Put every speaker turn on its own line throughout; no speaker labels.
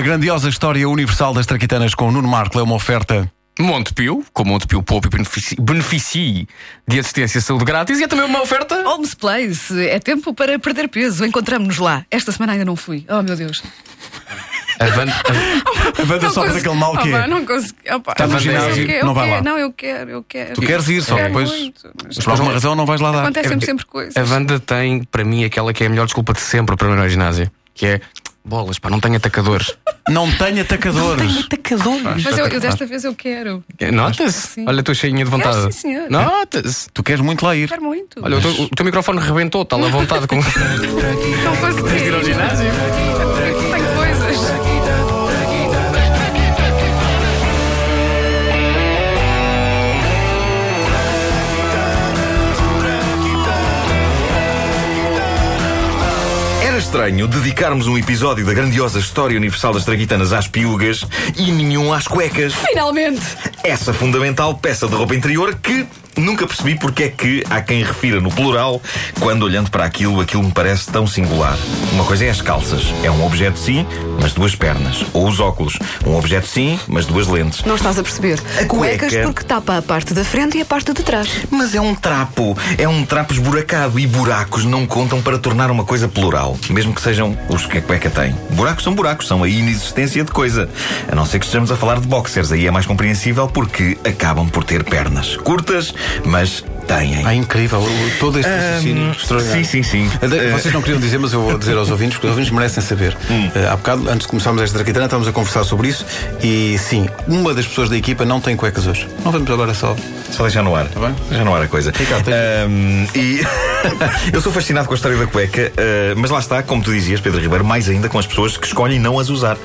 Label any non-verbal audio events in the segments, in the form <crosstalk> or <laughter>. grandiosa história universal das traquitanas com o Nuno Marco é uma oferta.
Montepio, com Montepio poupe e beneficie, beneficie de assistência à saúde grátis e é também uma oferta.
Homes Place, é tempo para perder peso. Encontramos-nos lá. Esta semana ainda não fui. Oh, meu Deus.
A van- a-
A
Então
banda
Não
só faz
consigo- Oh,
aquele mal que
Opa,
é.
Não consegui. Opa,
Está
no
mas eu
ginásio,
quero-
não
eu
vai lá.
quero- Não, eu quero, eu quero.
Tu queres ir, só
Quero
depois.
muito, mas
Mas por alguma razão não vais lá dar.
Acontecem-me
é-
sempre coisas.
a Wanda tem, para mim, aquela que é a melhor desculpa de sempre para não ir ao ginásio, que é bolas, pá, não tenho atacadores.
É, Não tem atacadores.
atacadores.
Mas eu, eu desta vez eu quero.
Nota-se.
Sim.
É, Olha a tua cheinha de vontade.
Quero, sim, senhor.
Nota-se.
Tu queres muito lá ir.
Quero muito.
Olha, o teu, o teu microfone rebentou, está lá à vontade <laughs> com.
não consegui. Tens de ir ao ginásio? Tenho coisas.
Era estranho dedicarmos um episódio da grandiosa história universal das traquitanas às piugas e nenhum às cuecas.
Finalmente.
Essa fundamental peça de roupa interior que nunca percebi porque é que há quem refira no plural quando olhando para aquilo, aquilo me parece tão singular. Uma coisa é as calças. É um objeto sim, mas duas pernas. Ou os óculos. Um objeto sim, mas duas lentes.
Não estás a perceber.
A cueca.
Cuecas porque tapa a parte da frente e a parte de trás.
Mas é um trapo. É um trapo esburacado. E buracos não contam para tornar uma coisa plural. Mesmo que sejam os que a cueca tem. Buracos são buracos, são a inexistência de coisa. A não ser que estejamos a falar de boxers. Aí é mais compreensível porque acabam por ter pernas curtas, mas têm.
Ah, incrível, o- todo este raciocínio
sim,
extraordinário.
sim, sim.
Ade- Vocês não queriam dizer, mas eu vou dizer aos ouvintes, porque os ouvintes merecem saber. Eh, há bocado, antes de começarmos esta traquitana, estávamos a conversar sobre isso e sim, uma das pessoas da equipa não tem cuecas hoje. Não vamos agora só.
Só deixar no ar. Tá
bem?
Deixar no ar a coisa.
Ricardo, tens-
Ahm, e <laughs> eu sou fascinado com a história da cueca, ah, mas lá está, como tu dizias, Pedro Ribeiro, mais ainda com as pessoas que escolhem não as usar.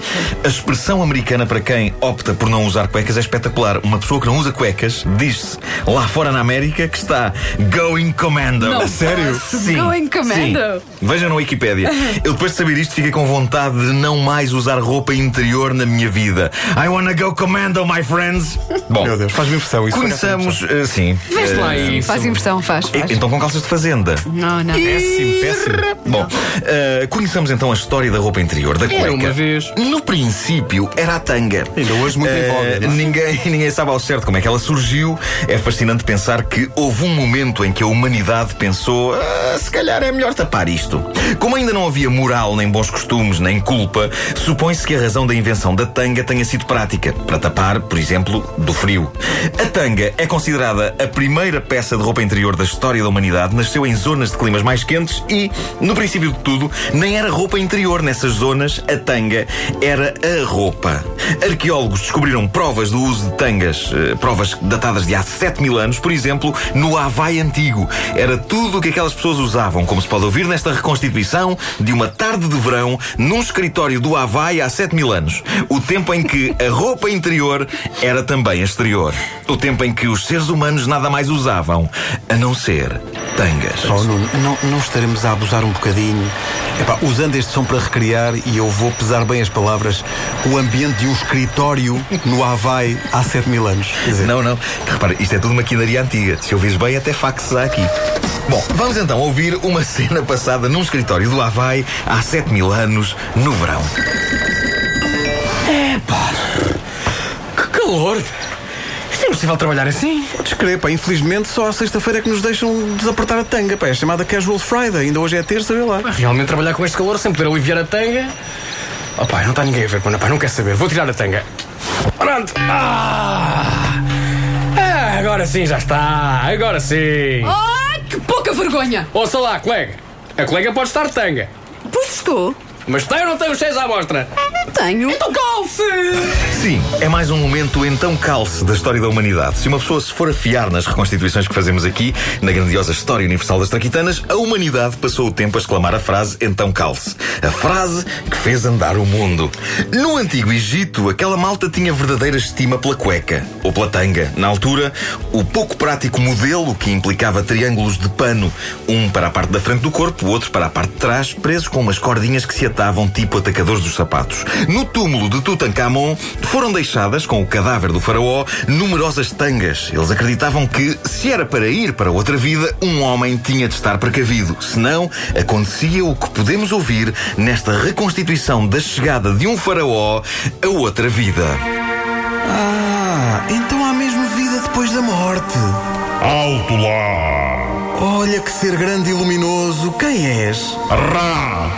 A expressão americana para quem opta por não usar cuecas é espetacular. Uma pessoa que não usa cuecas diz-se lá fora na América que está going commando.
Não. Sério?
Sim.
Going commando.
Sim. Vejam
<laughs>
na Wikipédia. Eu depois de saber isto fiquei com vontade de não mais usar roupa interior na minha vida. I wanna go commando, my friends. Bom,
Meu Deus, faz-me impressão isso.
Conheçamos, eh, sim.
Vês lá isso.
Faz impressão, faz.
Eh,
faz.
Então com calças de fazenda.
Não, não.
Péssimo, péssimo.
Bom, eh, conheçamos então a história da roupa interior, da cueca.
uma vez.
No princípio era a tanga.
Ainda hoje muito em
Eh,
voga, não é?
ninguém, <laughs> ninguém sabe ao certo como é que ela surgiu. É fascinante pensar que houve um momento em que a humanidade pensou: "Ah, se calhar é melhor tapar isto. Como ainda não havia moral, nem bons costumes, nem culpa, supõe-se que a razão da invenção da tanga tenha sido prática, para tapar, por exemplo, do frio. A tanga é considerada a primeira peça de roupa interior da história da humanidade, nasceu em zonas de climas mais quentes e, no princípio de tudo, nem era roupa interior nessas zonas, a tanga era a roupa. Arqueólogos descobriram provas do uso de tangas, eh, provas datadas de há 7 mil anos, por exemplo, no Havaí antigo. Era tudo o que aquelas pessoas usavam, como se pode ouvir nesta reconstituição de uma tarde de verão num escritório do Havaí há 7 mil anos. O tempo em que a roupa interior era também a exterior. O tempo em que os seres humanos nada mais usavam, a não ser tangas.
Oh, Nuno, não, não estaremos a abusar um bocadinho. Epá, usando este som para recriar, e eu vou pesar bem as palavras, o ambiente de um escritório no Havaí há 7 mil anos. Quer dizer,
Não, não. Repara, isto é tudo maquinaria antiga. Se ouvires bem, até fax há aqui. Bom, vamos então ouvir uma cena passada num escritório do Havaí há 7 mil anos, no verão.
Que calor! Isto é impossível trabalhar assim.
Discrepa, infelizmente só à sexta-feira é que nos deixam desapertar a tanga, pá, é chamada Casual Friday, ainda hoje é terça, vê lá.
Realmente trabalhar com este calor sem poder aliviar a tanga. Oh pá, não está ninguém a ver, pá, não, pá, não quer saber. Vou tirar a tanga. Pronto. Ah! Ah, agora sim já está. Agora sim.
Ai, que pouca vergonha!
Ouça lá, colega. A colega pode estar de tanga.
Pois estou.
Mas tem ou não tem os seis à amostra?
Tenho.
Então calce!
Sim, é mais um momento então calce da história da humanidade. Se uma pessoa se for afiar nas reconstituições que fazemos aqui, na grandiosa história universal das traquitanas, a humanidade passou o tempo a exclamar a frase então calce. A frase que fez andar o mundo. No antigo Egito, aquela malta tinha verdadeira estima pela cueca, ou pela tanga. Na altura, o pouco prático modelo, que implicava Um triângulos de pano, um para a parte da frente do corpo, o outro para a parte de trás, presos com umas cordinhas que se espetavam tipo atacadores dos sapatos. No túmulo de Tutankhamon foram deixadas, com o cadáver do faraó, numerosas tangas. Eles acreditavam que, se era para ir para outra vida, um homem tinha de estar precavido. Senão, acontecia o que podemos ouvir nesta reconstituição da chegada de um faraó a outra vida.
Ah, então há mesmo vida depois da morte.
Alto lá!
Olha que ser grande e luminoso. Quem és?
Rá!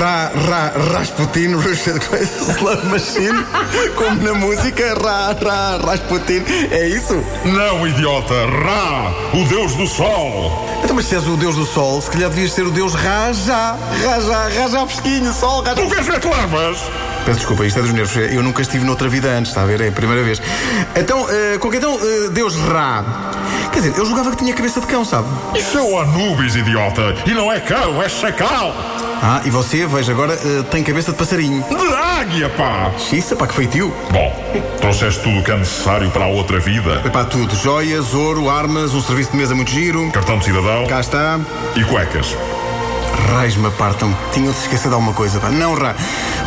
Ra, ra, Rasputin, <laughs> Slam Machine, como na música, ra, ra, Rasputin, é isso?
Não, idiota! Rá! O deus do sol!
Então, mas se és o deus do sol, se calhar devias ser o deus Raja, Raja, Raja Fresquinho, Sol, Raja.
Tu queres ver que levas?
Peço desculpa, isto é dos nervos, eu nunca estive noutra vida antes, está a ver? É a primeira vez. Então, eh, qualquer então, eh, deus Ra. Quer dizer, eu julgava que tinha cabeça de cão, sabe?
Isso é o Anubis, idiota! E não é cão, é chacal!
Ah, e você, veja agora, eh, tem cabeça de passarinho.
De águia, pá!
Xiça, pá, que feitio.
Bom, trouxeste tudo o que é necessário para a outra vida.
Epá, tudo, joias, ouro, armas, um serviço de mesa muito giro.
Cartão de cidadão
Cá está.
e cuecas.
Raios me apartam. Tinham-se esquecido de alguma coisa, pá. Não, Ra.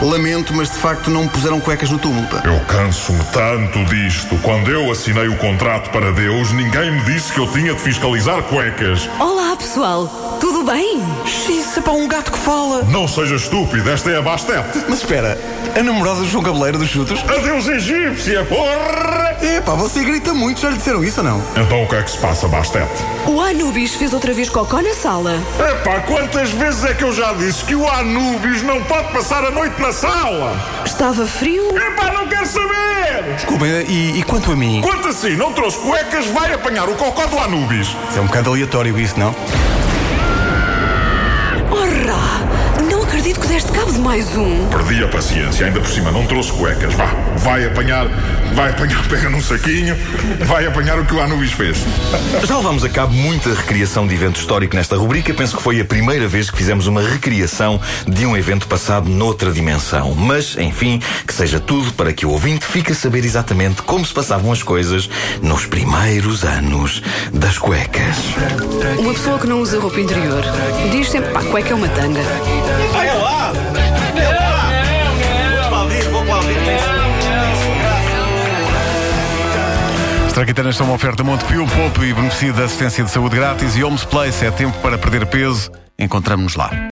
Lamento, mas de facto não me puseram cuecas no túmulo, pá.
Eu canso-me tanto disto. Quando eu assinei o contrato para Deus, ninguém me disse que eu tinha de fiscalizar cuecas.
Olá, pessoal. Tudo bem?
Xiça, pá, um gato que fala.
Não seja estúpido, esta é a Bastete.
Mas espera, a namorada do João Cabeleiro dos Chutos?
Adeus, egípcia, porra!
Epá, você grita muito, já lhe disseram isso ou não?
Então o que é que se passa, Bastete?
O Anubis fez outra vez cocó na sala.
Epá, quantas vezes é que eu já disse que o Anubis não pode passar a noite na sala?
Estava frio.
Epá, não quero saber!
Desculpa, e, e quanto a mim?
Quanto assim, não trouxe cuecas, vai apanhar o cocó do Anubis.
É um bocado aleatório isso, não?
Orra! Não acredito que deste cabo de mais um.
Perdi a paciência, ainda por cima, não trouxe cuecas. Vá, vai apanhar, vai apanhar, <laughs> pega num saquinho, vai apanhar o que o Anubis fez.
Já levámos a cabo muita recriação de evento histórico nesta rubrica. Penso que foi a primeira vez que fizemos uma recriação de um evento passado noutra dimensão. Mas, enfim, que seja tudo para que o ouvinte fique a saber exatamente como se passavam as coisas nos primeiros anos das cuecas.
Uma pessoa que não usa roupa interior diz sempre, pá, cueca é uma tanga.
Olha lá! Vou aplaudir, vou aplaudir.
As traquitanas são uma oferta Monte Pio, Poupe e beneficia da assistência de saúde grátis e Homes Place. É tempo para perder peso. Encontramos-nos lá.